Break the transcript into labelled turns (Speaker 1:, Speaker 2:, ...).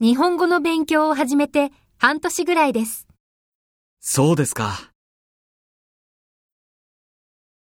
Speaker 1: 日本語の勉強を始めて半年ぐらいです。
Speaker 2: そうですか。